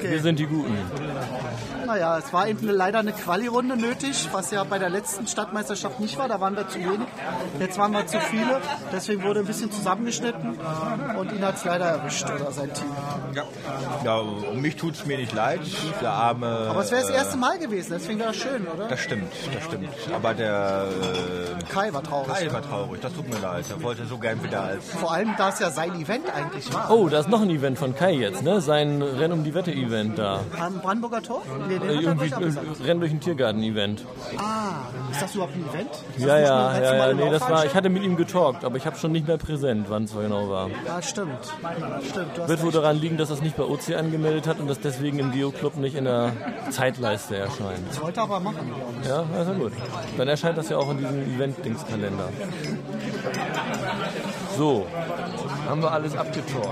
[SPEAKER 3] Wir sind die Guten.
[SPEAKER 1] Naja, es war eben eine- leider eine Quali-Runde nötig, was ja bei der letzten Stadtmeisterschaft nicht war. Da waren wir zu wenig. Jetzt waren wir zu viele. Deswegen wurde ein bisschen zusammengeschnitten. Und ihn hat es leider erwischt oder sein Team.
[SPEAKER 4] Ja. ja, um mich tut's mir nicht leid. Der arme.
[SPEAKER 1] Aber es wäre das
[SPEAKER 4] äh,
[SPEAKER 1] erste Mal gewesen. Deswegen wäre das schön, oder?
[SPEAKER 4] Das stimmt, das stimmt. Aber der
[SPEAKER 1] Kai war
[SPEAKER 4] äh, Kai
[SPEAKER 1] traurig.
[SPEAKER 4] war traurig. Das tut mir leid. Er wollte so gern wieder als.
[SPEAKER 1] Vor allem, da es ja sein Event eigentlich war.
[SPEAKER 3] Oh, da ist noch ein Event von Kai jetzt, ne? Sein Renn um die Wette-Event da.
[SPEAKER 1] Am Brandenburger Tor? Nee,
[SPEAKER 3] Äh,
[SPEAKER 1] den hat er
[SPEAKER 3] Irgendwie
[SPEAKER 1] gleich abgesagt.
[SPEAKER 3] äh, Renn durch den Tiergarten-Event.
[SPEAKER 1] Ah, ist das überhaupt ein Event? Ist das nicht
[SPEAKER 3] Ja,
[SPEAKER 1] nur ein
[SPEAKER 3] ja,
[SPEAKER 1] letztes
[SPEAKER 3] ja,
[SPEAKER 1] Mal
[SPEAKER 3] ja.
[SPEAKER 1] eine
[SPEAKER 3] Nee, das war, ich
[SPEAKER 1] Laufveranstaltung?
[SPEAKER 3] hatte mit ihm getalkt, aber ich habe schon nicht mehr präsent, wann es genau war.
[SPEAKER 1] Ja, stimmt. Stimmt, du hast
[SPEAKER 3] Wird wohl
[SPEAKER 1] recht.
[SPEAKER 3] daran liegen, dass er es nicht bei OC angemeldet hat und dass deswegen im Geoclub nicht in der Zeitleiste erscheint.
[SPEAKER 1] Das wollte er aber machen, glaube ich.
[SPEAKER 3] Ja, also gut. Dann erscheint das ja auch in diesem Event-Dingskalender. So, haben wir alles abgetalkt.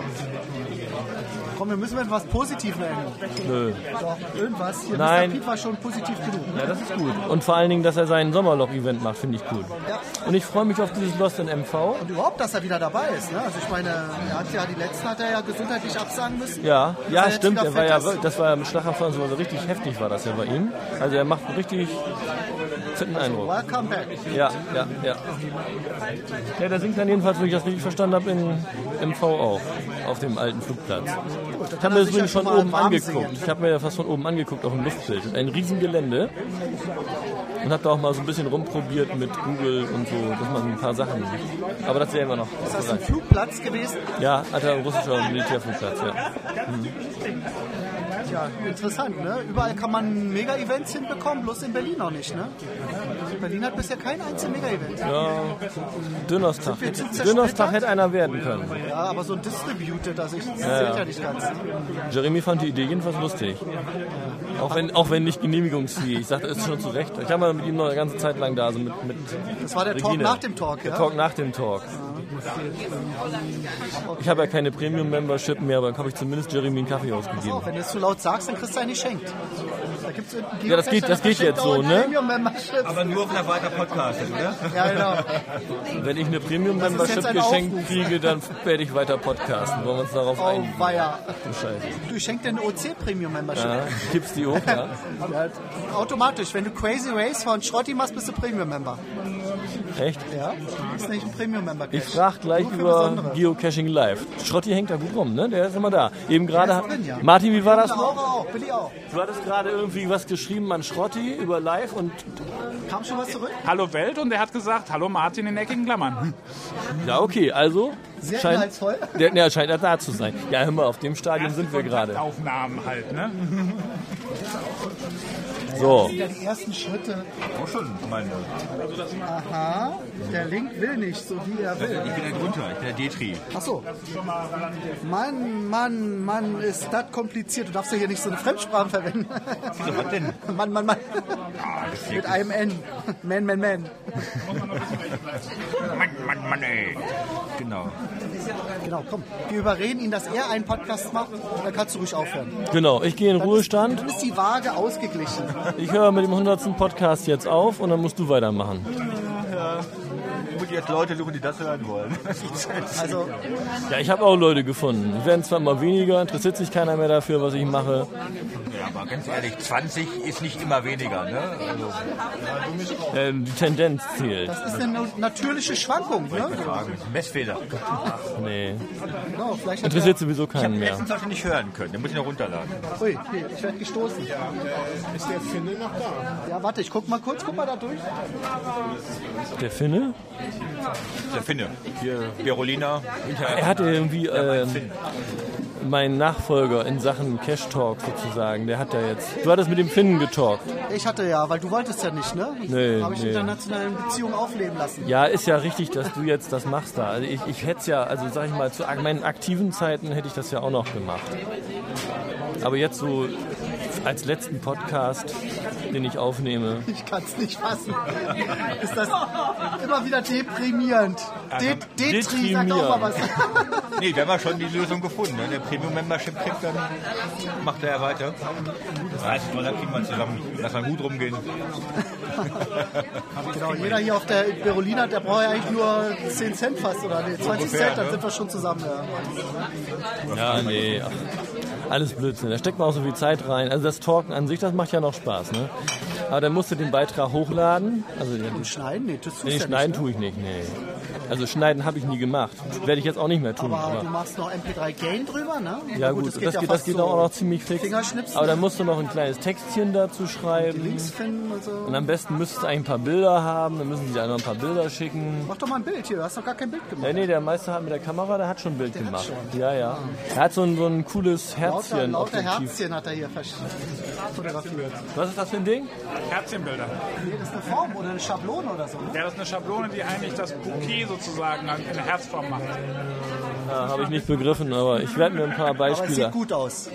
[SPEAKER 1] Komm, wir müssen mit etwas Positivem enden.
[SPEAKER 3] Nö.
[SPEAKER 1] Doch, irgendwas. Hier,
[SPEAKER 3] Nein.
[SPEAKER 1] Mr. Piet war schon positiv genug.
[SPEAKER 3] Ja, das ist gut. Und vor allen Dingen, dass er sein Sommerloch-Event macht, finde ich gut.
[SPEAKER 1] Ja.
[SPEAKER 3] Und ich freue mich auf dieses Lost in MV.
[SPEAKER 1] Und überhaupt, dass er wieder dabei ist. Ne? Also ich meine, er hat ja die letzten hat er ja gesundheitlich absagen müssen.
[SPEAKER 3] Ja,
[SPEAKER 1] er
[SPEAKER 3] ja,
[SPEAKER 1] jetzt
[SPEAKER 3] stimmt.
[SPEAKER 1] wieder
[SPEAKER 3] Er war
[SPEAKER 1] fit
[SPEAKER 3] ja,
[SPEAKER 1] ist.
[SPEAKER 3] wir- das war ja mit Schlaganfall so also richtig heftig war das ja bei ihm. Also er macht einen richtig fitten Eindruck.
[SPEAKER 1] Welcome back.
[SPEAKER 3] Ja, ja, ja. Ja, der singt dann jedenfalls, wenn ich das richtig verstanden habe, in MV auch auf dem alten Flugplatz. Ich habe mir das übrigens von oben angeguckt. Ich habe mir das fast von oben angeguckt, auch im Luftbild. Ein Riesengelände. und habe da auch mal so ein bisschen rumprobiert mit Google und so, dass man ein paar Sachen sieht. Aber das sehen wir noch.
[SPEAKER 1] Ist das ein Flugplatz gewesen?
[SPEAKER 3] Ja, alter russischer Militärflugplatz, ja.
[SPEAKER 1] Ja, interessant, ne? Überall kann man Mega-Events hinbekommen, bloß in Berlin noch nicht, ne? Berlin hat bisher kein einziges Mega-Event. Ja.
[SPEAKER 3] ja Dünnerstag.
[SPEAKER 1] wir zu zersplittert?
[SPEAKER 3] Dünnerstag hätte einer werden können.
[SPEAKER 1] aber so ein Distributed, also ich das zählt ja nicht ganz. Ne?
[SPEAKER 3] Jeremy fand die Idee jedenfalls lustig. Auch wenn, auch wenn nicht genehmigungsfähig. Ich sagte, das ist schon zu Recht. Ich habe mit ihm noch eine ganze Zeit lang da, so mit, mit
[SPEAKER 1] Das war der Talk
[SPEAKER 3] Regine.
[SPEAKER 1] nach dem Talk,
[SPEAKER 3] Der
[SPEAKER 1] ja?
[SPEAKER 3] Talk nach dem Talk. Ich habe ja keine Premium-Membership mehr, aber dann habe ich zumindest Jeremy einen Kaffee ausgegeben.
[SPEAKER 1] So, wenn du es zu laut sagst, dann kriegst du einen geschenkt. Da gibt's irgendeinen
[SPEAKER 3] Ja, das geht- das geht jetzt so, ne?
[SPEAKER 1] Premium-Membership.
[SPEAKER 4] Aber nur auf einer weiter Podcast, oder?
[SPEAKER 1] Ja, genau.
[SPEAKER 3] Wenn ich eine
[SPEAKER 1] Das ist jetzt
[SPEAKER 3] Premium-Membership
[SPEAKER 1] ein
[SPEAKER 3] geschenkt
[SPEAKER 1] Aufruf.
[SPEAKER 3] kriege, dann werde ich weiter podcasten. Wollen wir uns darauf
[SPEAKER 1] Oh,
[SPEAKER 3] einigen?
[SPEAKER 1] weia.
[SPEAKER 3] Du Scheiße.
[SPEAKER 1] Du schenkst dir eine OC-Premium-Membership.
[SPEAKER 3] Ja, kippst die hoch, ja?
[SPEAKER 1] Ja, automatisch, wenn du Crazy Race von Schrotti machst, bist du Premium-Member.
[SPEAKER 3] Echt?
[SPEAKER 1] Ja, ist nicht ein Premium-Member.
[SPEAKER 3] Ich frage gleich über Geocaching Live. Schrotti hängt da gut rum, ne? Der ist immer da. Eben gerade
[SPEAKER 1] ist
[SPEAKER 3] hat...
[SPEAKER 1] drin, ja. Genau.
[SPEAKER 3] Martin, wie war das
[SPEAKER 1] Das
[SPEAKER 3] noch?
[SPEAKER 1] auch, auch, Billy auch.
[SPEAKER 3] Du hattest gerade irgendwie was geschrieben an Schrotti über Live und...
[SPEAKER 1] Kam schon was zurück?
[SPEAKER 5] Hallo Welt und er hat gesagt, hallo Martin in eckigen
[SPEAKER 3] Hm,
[SPEAKER 5] Klammern.
[SPEAKER 3] Ja, okay, also...
[SPEAKER 1] Sehr
[SPEAKER 3] scheint,
[SPEAKER 1] inhaltsvoll.
[SPEAKER 3] der, ja, scheint er da zu sein. Ja, hör mal, auf dem Stadion sind wir gerade.
[SPEAKER 5] Aufnahmen halt, ne?
[SPEAKER 3] So,
[SPEAKER 1] Ja, die ersten Schritte.
[SPEAKER 4] Auch schon, meine.
[SPEAKER 1] Aha, der Link will nicht, so wie er will.
[SPEAKER 4] Ich bin der Grunter, ich bin der Detri.
[SPEAKER 1] Ach so. Mann, Mann, Mann, ist das kompliziert. Du darfst ja hier nicht so eine Fremdsprache verwenden.
[SPEAKER 4] Wieso, was denn? Ah,
[SPEAKER 1] Mann, Mann, Mann. Mit einem N. Man, man, man.
[SPEAKER 4] Mann, Mann, Mann, ey. Genau.
[SPEAKER 1] Genau, komm. Wir überreden ihn, dass er einen Podcast macht. Dann kannst du ruhig aufhören.
[SPEAKER 3] genau. Ich gehe in
[SPEAKER 1] Dann Ist,
[SPEAKER 3] Ruhestand.
[SPEAKER 1] dann ist die Waage ausgeglichen.
[SPEAKER 3] Ich höre mit dem 100. Podcast jetzt auf und dann musst du weitermachen.
[SPEAKER 4] Ich muss jetzt Leute suchen, die das hören wollen.
[SPEAKER 1] Also,
[SPEAKER 3] Ja, ich habe auch Leute gefunden. Es werden zwar immer weniger, interessiert sich keiner mehr dafür, was ich mache.
[SPEAKER 4] Ja, aber ganz ehrlich, 20 ist nicht immer weniger, ne? Also,
[SPEAKER 3] Ähm, die Tendenz zählt.
[SPEAKER 1] das ist eine no- natürliche Schwankung, ne?
[SPEAKER 4] Fragen. Messfehler.
[SPEAKER 3] Nee.
[SPEAKER 1] Genau, vielleicht hat
[SPEAKER 3] Interessiert sowieso keinen mehr.
[SPEAKER 4] Letztens habe ich nicht hören können, den muss ich noch runterladen.
[SPEAKER 1] er, Ui, nee, ich werde gestoßen. Ist der Finne noch da? Ja, warte, ich guck mal kurz, guck mal da durch.
[SPEAKER 3] Der Finne?
[SPEAKER 4] Der Finne. Hier, Berolina.
[SPEAKER 3] Er hatte irgendwie ähm, meinen Nachfolger in Sachen Cash Talk sozusagen. Der hat da jetzt. Du hattest mit dem Finnen getalkt.
[SPEAKER 1] Ich hatte ja, weil du wolltest ja nicht, ne?
[SPEAKER 3] Nee,
[SPEAKER 1] Habe ich
[SPEAKER 3] nee.
[SPEAKER 1] internationale Beziehungen aufleben lassen.
[SPEAKER 3] Ja, ist ja richtig, dass du jetzt das machst da. Also ich, ich hätte es ja, also sag ich mal, zu ak- meinen aktiven Zeiten hätte ich das ja auch noch gemacht. Aber jetzt so als letzten Podcast, den ich aufnehme.
[SPEAKER 1] Ich kann es nicht fassen. Ist das immer wieder deprimierend. De Detri, sag doch mal was.
[SPEAKER 4] Nee, wir haben ja schon die Lösung gefunden. Ne? Der Premium-Membership kriegt dann, macht er ja weiter. 30 Dollar kriegen wir zusammen. Lass mal gut rumgehen.
[SPEAKER 1] Genau, jeder hier auf der Berolina, der braucht ja eigentlich nur 10 Cent fast oder nee, 20
[SPEAKER 4] Ungefähr,
[SPEAKER 1] Cent, dann
[SPEAKER 4] ne?
[SPEAKER 1] sind wir schon zusammen. Ja.
[SPEAKER 3] Ja, nee. Ach, alles Blödsinn. Da steckt man auch so viel Zeit rein. Also das Talken an sich, das macht ja noch Spaß, ne? Aber dann musst du den Beitrag hochladen. Also den,
[SPEAKER 1] Schneiden? Nee, das tust du
[SPEAKER 3] nee,
[SPEAKER 1] ja
[SPEAKER 3] schneiden
[SPEAKER 1] nicht. ne?
[SPEAKER 3] tue ich nicht, nee. Also schneiden habe ich nie gemacht. Werde ich jetzt auch nicht mehr tun.
[SPEAKER 1] Ne? Aber du
[SPEAKER 3] Aber
[SPEAKER 1] machst noch MP3 Gain drüber, ne?
[SPEAKER 3] ja gut, das geht, das geht, auch noch ziemlich fix.
[SPEAKER 1] Fingerschnipsen.
[SPEAKER 3] Aber dann musst du noch ein kleines Textchen dazu schreiben.
[SPEAKER 1] Links also finden und so.
[SPEAKER 3] Und am besten müsstest du eigentlich ein paar Bilder haben. Dann müssen sie dir noch ein paar Bilder schicken.
[SPEAKER 1] Mach doch mal ein Bild hier, du hast doch gar kein Bild gemacht.
[SPEAKER 3] Ja, nee, der Meister hat mit der Kamera, der hat schon ein Bild gemacht.
[SPEAKER 1] schon.
[SPEAKER 3] Ja, ja. Er hat so ein, so ein cooles
[SPEAKER 1] Lauter,
[SPEAKER 3] Herzchen auf
[SPEAKER 1] lauter
[SPEAKER 3] dem Tief.
[SPEAKER 1] Herzchen hat er hier versch- fotografiert.
[SPEAKER 3] Was ist das für ein Ding?
[SPEAKER 5] Herzchenbilder.
[SPEAKER 1] Nee, das ist eine Form oder eine Schablone oder so. Ne?
[SPEAKER 5] Ja, das ist eine Schablone, die eigentlich das Bouquet sozusagen in der Herzform macht.
[SPEAKER 3] Ja, habe ich nicht begriffen, aber ich werde mir ein paar
[SPEAKER 1] Aber es sieht
[SPEAKER 3] Beispiele.
[SPEAKER 1] gut aus.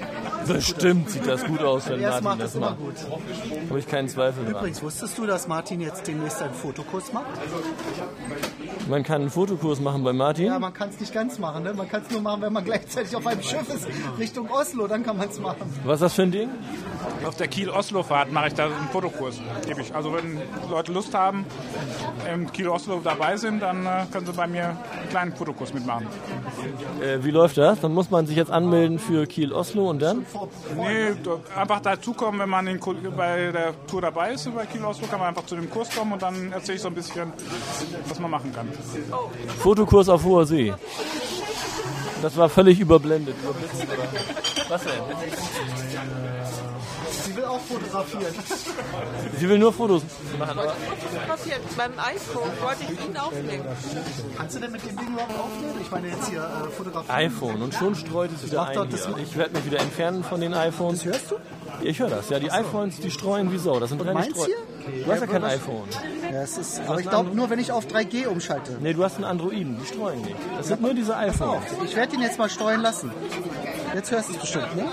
[SPEAKER 3] Bestimmt sieht das gut aus, wenn
[SPEAKER 1] Wer es
[SPEAKER 3] Martin
[SPEAKER 1] macht,
[SPEAKER 3] das
[SPEAKER 1] ist immer
[SPEAKER 3] macht.
[SPEAKER 1] gut.
[SPEAKER 3] Habe ich keinen Zweifel dran.
[SPEAKER 1] Übrigens, wusstest du, dass Martin jetzt demnächst einen Fotokurs macht?
[SPEAKER 3] Man kann einen Fotokurs machen bei
[SPEAKER 1] Ja,
[SPEAKER 3] Martin.
[SPEAKER 1] man kann es nicht ganz machen. Ne? Man kann es nur machen, wenn man gleichzeitig auf einem Schiff ist, Richtung Oslo, dann kann man es machen.
[SPEAKER 3] Was ist das für ein Ding?
[SPEAKER 5] Auf der Kiel-Oslo-Fahrt mache ich da einen Fotokurs. Gebe ich. Also wenn Leute Lust haben, im Kiel-Oslo dabei sind, dann äh, können sie bei mir einen kleinen Fotokurs mitmachen.
[SPEAKER 3] Äh, wie läuft das? Dann muss man sich jetzt anmelden für Kiel Oslo und dann?
[SPEAKER 5] Nee, do- einfach dazukommen, wenn man den, Ku- bei der Tour dabei ist, bei Kiel-Oslo, kann man einfach zu dem Kurs kommen und dann erzähle ich so ein bisschen, was man machen kann.
[SPEAKER 3] Fotokurs auf hoher See. Das war völlig überblendet. Überblitzt, oder? Was denn?
[SPEAKER 1] Sie will auch fotografieren.
[SPEAKER 3] Sie will nur Fotos machen. aber-
[SPEAKER 6] passiert. Beim iPhone wollte ich ihn aufnehmen.
[SPEAKER 1] Kannst du denn mit dem Ding überhaupt aufnehmen? Ich meine jetzt hier äh, fotografieren.
[SPEAKER 3] iPhone und schon streut es wieder
[SPEAKER 1] macht doch
[SPEAKER 3] ein
[SPEAKER 1] das-
[SPEAKER 3] hier. Ich werde mich wieder entfernen von den iPhones.
[SPEAKER 1] Das hörst du?
[SPEAKER 3] Ich höre das. Ja, die iPhones, die streuen wie Sau. Das sind keine
[SPEAKER 1] meins
[SPEAKER 3] Streu. Du hast ja kein iPhone.
[SPEAKER 1] Ja, es ist, aber ich glaube nur, wenn ich auf 3G umschalte.
[SPEAKER 3] Nee, du hast einen Androiden. Die streuen nicht. Das sind nur diese iPhones.
[SPEAKER 1] Ich werde ihn jetzt mal steuern lassen. Jetzt hörst du es bestimmt, ne?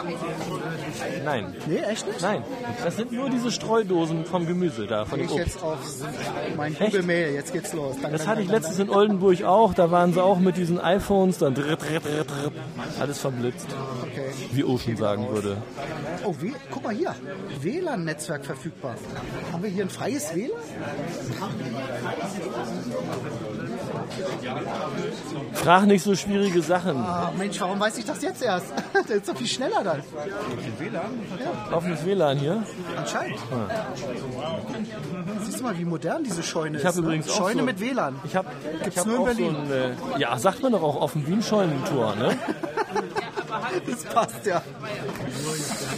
[SPEAKER 3] Nein.
[SPEAKER 1] Nee, echt nicht?
[SPEAKER 3] Nein. Das sind nur diese Streudosen vom Gemüse da, von
[SPEAKER 1] Gehe
[SPEAKER 3] dem
[SPEAKER 1] ich
[SPEAKER 3] Obst.
[SPEAKER 1] jetzt auf mein Google Mail. Jetzt geht's los. Dann,
[SPEAKER 3] Das
[SPEAKER 1] dann,
[SPEAKER 3] hatte ich
[SPEAKER 1] dann,
[SPEAKER 3] letztens in Oldenburg auch. Da waren sie auch mit diesen iPhones. Dann drrrt, drrrt, drrrt, drrrt. alles verblitzt.
[SPEAKER 1] dann. Okay.
[SPEAKER 3] Wie Ocean sagen würde.
[SPEAKER 1] Oh, w guck mal hier. WLAN-Netzwerk verfügbar. Haben wir hier ein freies WLAN?
[SPEAKER 3] Frag nicht so schwierige Sachen.
[SPEAKER 1] Ah, Mensch, warum weiß ich das jetzt erst? das ist doch viel schneller dann.
[SPEAKER 3] Offenes WLAN hier.
[SPEAKER 1] Anscheinend. Siehst du mal, wie modern diese Scheune
[SPEAKER 3] Ah. Ich
[SPEAKER 1] ist.
[SPEAKER 3] habe
[SPEAKER 1] ne?
[SPEAKER 3] übrigens auch
[SPEAKER 1] Scheune
[SPEAKER 3] so,
[SPEAKER 1] mit WLAN.
[SPEAKER 3] Ich habe
[SPEAKER 1] Gibt's
[SPEAKER 3] ich hab
[SPEAKER 1] nur in
[SPEAKER 3] auch so
[SPEAKER 1] Berlin.
[SPEAKER 3] ein, äh, ja, sagt man doch auch offen wie ein Scheunentor, ne?
[SPEAKER 1] Das passt ja.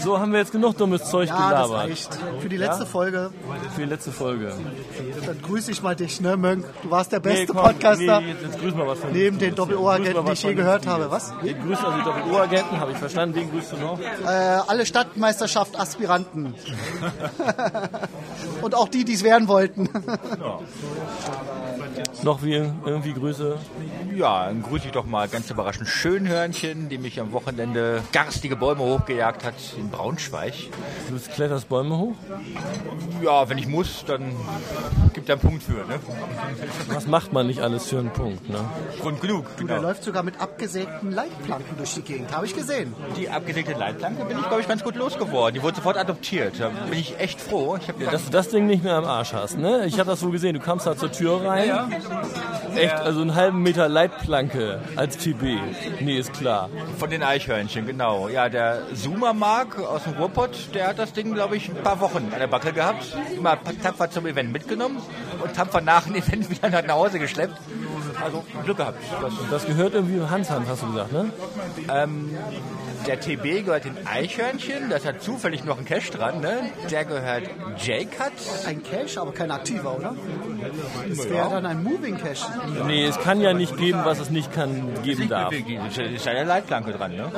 [SPEAKER 3] So haben wir jetzt genug dummes Zeug
[SPEAKER 1] Ja, das
[SPEAKER 3] gelabert
[SPEAKER 1] reicht. Für die letzte Folge.
[SPEAKER 3] für die letzte Folge.
[SPEAKER 1] Dann grüße ich mal dich, ne, Mönk? Du warst der beste
[SPEAKER 3] Nee, komm,
[SPEAKER 1] Podcaster.
[SPEAKER 3] Nee, jetzt, jetzt grüßen wir was von
[SPEAKER 1] Neben
[SPEAKER 3] Nutzen
[SPEAKER 1] den
[SPEAKER 3] jetzt.
[SPEAKER 1] Doppel-O-Agenten,
[SPEAKER 3] Grüßen wir
[SPEAKER 1] die
[SPEAKER 3] was
[SPEAKER 1] ich je
[SPEAKER 3] von
[SPEAKER 1] gehört
[SPEAKER 3] Nutzen
[SPEAKER 1] habe.
[SPEAKER 3] jetzt.
[SPEAKER 1] Was?
[SPEAKER 3] Den grüßen also die Doppel-O-Agenten, habe ich verstanden. Den grüßt du noch.
[SPEAKER 1] Äh, alle Stadtmeisterschaft-Aspiranten. Und auch die, die es werden wollten.
[SPEAKER 3] Noch wie irgendwie Grüße.
[SPEAKER 4] Ja, dann grüße ich doch mal ganz überraschend Schönhörnchen, die mich am Wochenende garstige Bäume hochgejagt hat in Braunschweig.
[SPEAKER 3] Du kletterst Bäume hoch.
[SPEAKER 4] Ja, wenn ich muss, dann gibt er einen Punkt für. Ne?
[SPEAKER 3] Was macht man nicht alles für einen Punkt, ne?
[SPEAKER 4] Grund genug.
[SPEAKER 1] Du, der
[SPEAKER 4] Genau.
[SPEAKER 1] läuft sogar mit abgesägten Leitplanken durch die Gegend. Habe ich gesehen.
[SPEAKER 4] Die abgedeckte Leitplanke bin ich, glaube ich, ganz gut losgeworden. Die wurde sofort adoptiert. Da bin ich echt froh. Ich habe
[SPEAKER 3] Dass du das Ding nicht mehr am Arsch hast, ne? Ich habe das so gesehen. Du kamst da zur Tür rein. Echt, also einen halben Meter Leitplanke als TB. Nee, ist klar.
[SPEAKER 4] von den Eichhörnchen, genau. Ja, der Zoomer Mark aus dem Ruhrpott, der hat das Ding, glaube ich, ein paar Wochen an der Backe gehabt. Immer tapfer zum Event mitgenommen und tapfer nach dem Event wieder nach Hause geschleppt. Also Glück gehabt. Das
[SPEAKER 3] Das gehört irgendwie Hans Hand, hast du gesagt, ne?
[SPEAKER 4] Der TB gehört den Eichhörnchen, das hat zufällig noch einen Cash dran, ne? Der gehört J-Cut.
[SPEAKER 1] Ein Cache, aber kein aktiver, oder? Das wäre dann ein Moving Cache.
[SPEAKER 3] Nee, es kann ja nicht geben, was es nicht kann geben darf.
[SPEAKER 4] Ist ja eine Leitplanke dran, ne?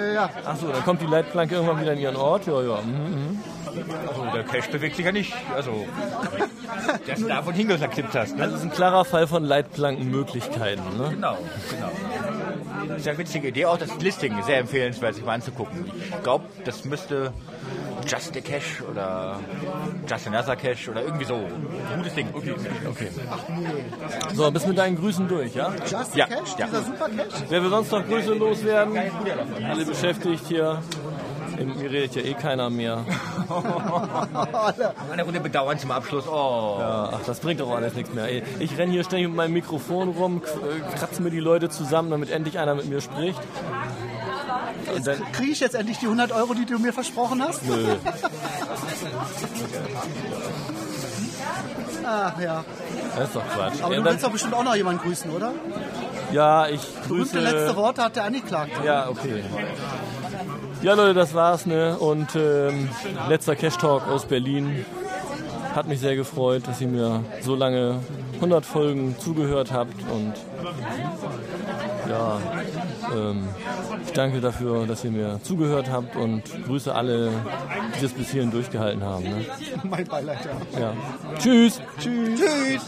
[SPEAKER 1] Äh, ja.
[SPEAKER 3] Achso, dann kommt die Leitplanke irgendwann wieder in ihren Ort. Ja, ja. mhm.
[SPEAKER 4] Also der Cash bewegt sich ja nicht. Also, der ist davon hingeklippt hast, ne?
[SPEAKER 3] Das ist ein klarer Fall von Leitplankenmöglichkeiten. Ne?
[SPEAKER 4] Genau, genau. Das ist ja eine witzige Idee, auch das Listing, sehr empfehlenswert, sich mal anzugucken. Ich glaube, das müsste Just a Cash oder Just another Cash oder irgendwie so. Gutes Ding. Okay, okay.
[SPEAKER 3] So, bist mit deinen Grüßen durch, ja?
[SPEAKER 1] Just
[SPEAKER 4] Ja,
[SPEAKER 1] Cache,
[SPEAKER 4] ja.
[SPEAKER 1] dieser Super Cache.
[SPEAKER 3] Wer will sonst noch Grüße loswerden? Alle beschäftigt hier. Im- Mir redet ja eh keiner mehr.
[SPEAKER 4] Eine Runde bedauern zum Abschluss. Oh.
[SPEAKER 3] Ja, Ach, das bringt doch alles nichts mehr. ey. Ich renne hier ständig mit meinem Mikrofon rum, k- äh, kratze mir die Leute zusammen, damit endlich einer mit mir spricht. Und dann,
[SPEAKER 1] Kriege ich jetzt endlich die 100 Euro, die du mir versprochen hast?
[SPEAKER 3] nö.
[SPEAKER 1] Ach ja.
[SPEAKER 3] Das ist doch Quatsch.
[SPEAKER 1] Aber
[SPEAKER 3] Ja,
[SPEAKER 1] du
[SPEAKER 3] dann,
[SPEAKER 1] willst doch bestimmt auch noch jemanden grüßen, oder?
[SPEAKER 3] ja, ich
[SPEAKER 1] Berühmte letzte
[SPEAKER 3] grüße.
[SPEAKER 1] Worte hat der Angeklagte.
[SPEAKER 3] Ja, okay. Ja, Leute, das war's, ne? Und ähm, letzter Cash Talk aus Berlin. Hat mich sehr gefreut, dass ihr mir so lange 100 Folgen zugehört habt und ja, ähm, ich danke dafür, dass ihr mir zugehört habt und grüße alle, die das bis hierhin durchgehalten haben. Ne?
[SPEAKER 1] Mein Beileid, ja.
[SPEAKER 3] Ja. Tschüss!
[SPEAKER 1] Tschüss.